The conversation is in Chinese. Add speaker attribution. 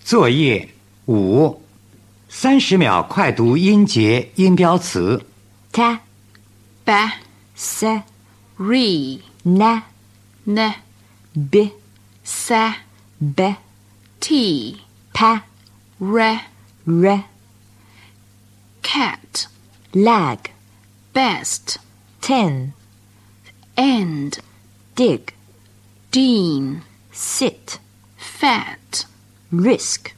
Speaker 1: 作业五，三十秒快读音节、音标词。
Speaker 2: ta ba
Speaker 3: sa
Speaker 2: ri
Speaker 3: na
Speaker 2: ne
Speaker 3: bi
Speaker 2: sa
Speaker 3: be
Speaker 2: ti
Speaker 3: pa
Speaker 2: re
Speaker 3: re
Speaker 2: cat
Speaker 3: lag
Speaker 2: best
Speaker 3: ten
Speaker 2: end
Speaker 3: dig
Speaker 2: dean
Speaker 3: sit
Speaker 2: fat
Speaker 3: risk